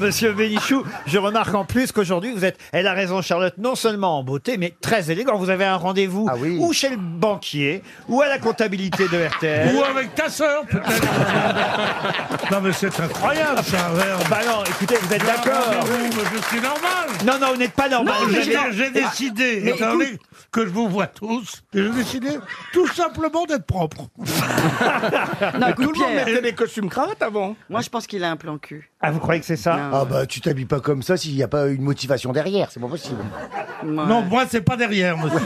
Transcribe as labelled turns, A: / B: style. A: monsieur Bénichou. Je remarque en plus qu'aujourd'hui, vous êtes, elle a raison, Charlotte, non seulement en beauté, mais très élégant. Vous avez un rendez-vous ou chez le banquier, ou à la comptabilité de RTL.
B: Ou avec ta sœur, peut-être. non, mais c'est incroyable, ça, un verre. Ah,
A: Bah non, écoutez, vous êtes d'accord.
B: Je suis normal.
A: Non, non, vous n'êtes pas normal.
B: J'ai-
A: Vous avez-
B: J'ai décidé, étant donné que je vous vois tous, j'ai décidé tout simplement d'être propre.
C: Non, écoute,
D: Tout le monde
C: Pierre,
D: mettait des costumes cravates avant.
C: moi je pense qu'il a un plan cul.
A: Ah, vous croyez que c'est ça
E: Ah bah tu t'habilles pas comme ça s'il n'y a pas une motivation derrière, c'est pas possible.
C: Moi,
B: Non, moi, c'est pas derrière, monsieur.